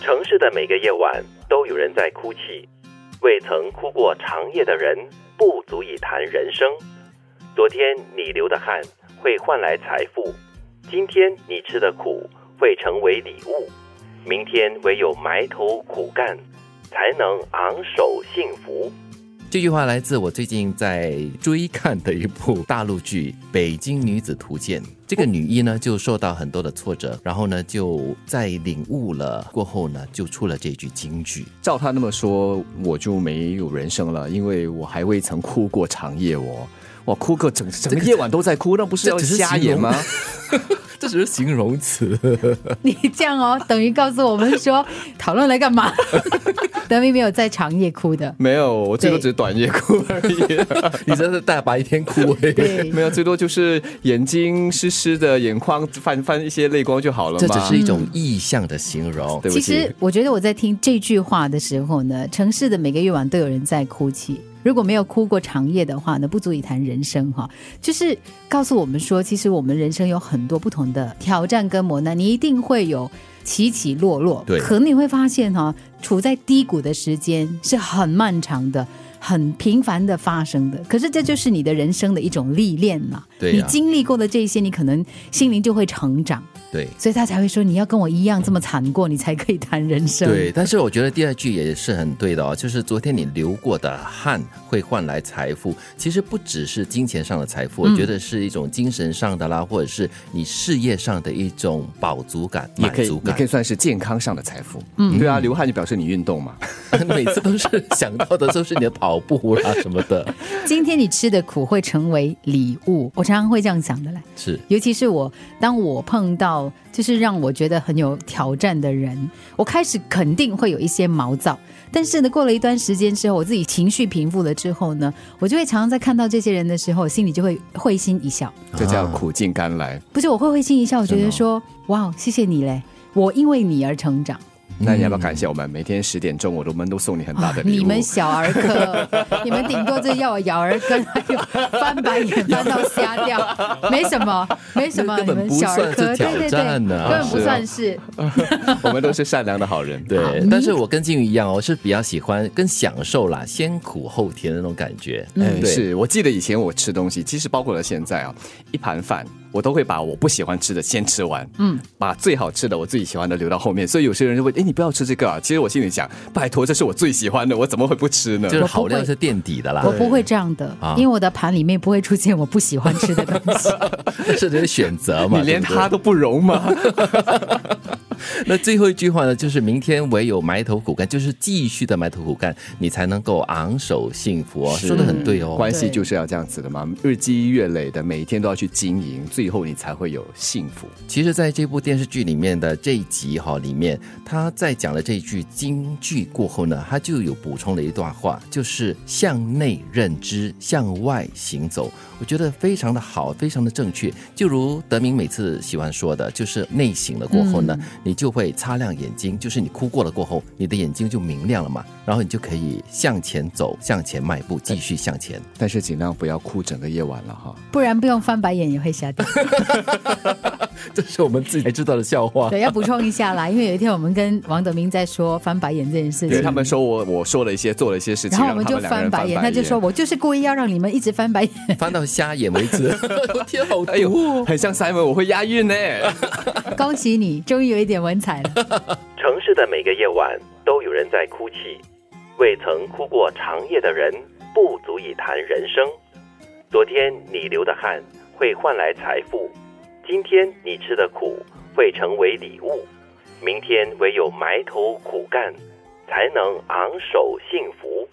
城市的每个夜晚都有人在哭泣，未曾哭过长夜的人不足以谈人生。昨天你流的汗会换来财富，今天你吃的苦会成为礼物，明天唯有埋头苦干，才能昂首幸福。这句话来自我最近在追看的一部大陆剧《北京女子图鉴》。这个女一呢，就受到很多的挫折，然后呢，就在领悟了过后呢，就出了这句金句。照他那么说，我就没有人生了，因为我还未曾哭过长夜哦。我哭个整整个夜晚都在哭，那不是要这只是瞎眼吗？这只是形容词。你这样哦，等于告诉我们说讨论来干嘛？ 德明没有在长夜哭的， 没有，我最多只是短夜哭而已。你真是大白天哭哎、对，没有，最多就是眼睛湿湿的，眼眶泛泛一些泪光就好 了这只嘛。是一种意象的形容。对不其起实我觉得我在听这句话的时候呢，城市的每个夜晚都有人在哭泣。如果没有哭过长夜的话呢，不足以谈人生哈。就是告诉我们说，其实我们人生有很多不同的挑战跟磨难，你一定会有起起落落。对可你会发现哈、处在低谷的时间是很漫长的。很频繁的发生的，可是这就是你的人生的一种历练嘛。对你呀经历过的这些，你可能心灵就会成长。对所以他才会说你要跟我一样这么惨过，你才可以谈人生。对，但是我觉得第二句也是很对的哦，就是昨天你流过的汗会换来财富，其实不只是金钱上的财嗯富，我觉得是一种精神上的啦，或者是你事业上的一种饱足感、也满可以足，也感可以。算是健康上的财富。嗯，对啊，流汗就表示你运动嘛。 每次都是想到的都是你的跑步啦什么 的，今天你吃的苦会成为礼物，我常常会这样想的嘞。是尤其是我，当我碰到就是让我觉得很有挑战的人，我开始肯定会有一些毛躁。但是呢，过了一段时间之后，我自己情绪平复了之后呢，我就会常常在看到这些人的时候，心里就会会心一笑。这叫苦尽甘来。不是，我会会心一笑，我觉得说，哇，谢谢你嘞，我因为你而成长。那你要不要感谢我们？每天十点钟，我们都送你很大的礼物。啊哦你们小儿科，你们顶多就要我咬儿根，还有翻白眼翻到瞎掉，没什么，没什么。根你本们不小儿算科，是挑对对对，战根呢本不是啊算是。 我们都是善良的好人。对对，但是我跟金鱼一样哦，我是比较喜欢跟享受啦，先苦后甜的那种感觉。哎，嗯对是我记得以前我吃东西，其实包括了现在啊，一盘饭我都会把我不喜欢吃的先吃完，嗯，把最好吃的我最喜欢的留到后面。所以有些人就问，哎，你不要吃这个啊？其实我心里想，拜托，这是我最喜欢的，我怎么会不吃呢就？是好料是垫底的啦我，不会这样的啊，因为我的盘里面不会出现我不喜欢吃的东西。 是这些选择嘛。你连对不对他都不容 吗？那最后一句话呢，就是明天唯有埋头苦干，就是继续的埋头苦干，你才能够昂首幸福哦。说的很对哦。关系就是要这样子的嘛，日积月累的，每一天都要去经营，最后你才会有幸福。其实，在这部电视剧里面的这一集哈、里面，他在讲了这句京剧过后呢，他就有补充了一段话，就是向内认知，向外行走。我觉得非常的好，非常的正确。就如德明每次喜欢说的，就是内省了过后呢，你就会擦亮眼睛，就是你哭过了过后，你的眼睛就明亮了嘛，然后你就可以向前走，向前迈步，继续向前。但是尽量不要哭整个夜晚了哈。不然不用翻白眼也会瞎掉。 这是我们自己哎才知道的笑话。对，要补充一下啦，因为有一天我们跟王德明在说翻白眼这件事因为情他，们说我我说了一些做了一些事情，然后我们让他就两个人翻白眼，他就说我就是故意要让你们一直翻白眼。 翻到瞎眼为止，我天，好毒、哦！哎呦，很像 Simon，我会押韵呢。恭喜你，终于有一点文采了。城市的每个夜晚都有人在哭泣，未曾哭过长夜的人不足以谈人生。昨天你流的汗会换来财富，今天你吃的苦会成为礼物，明天唯有埋头苦干，才能昂首幸福。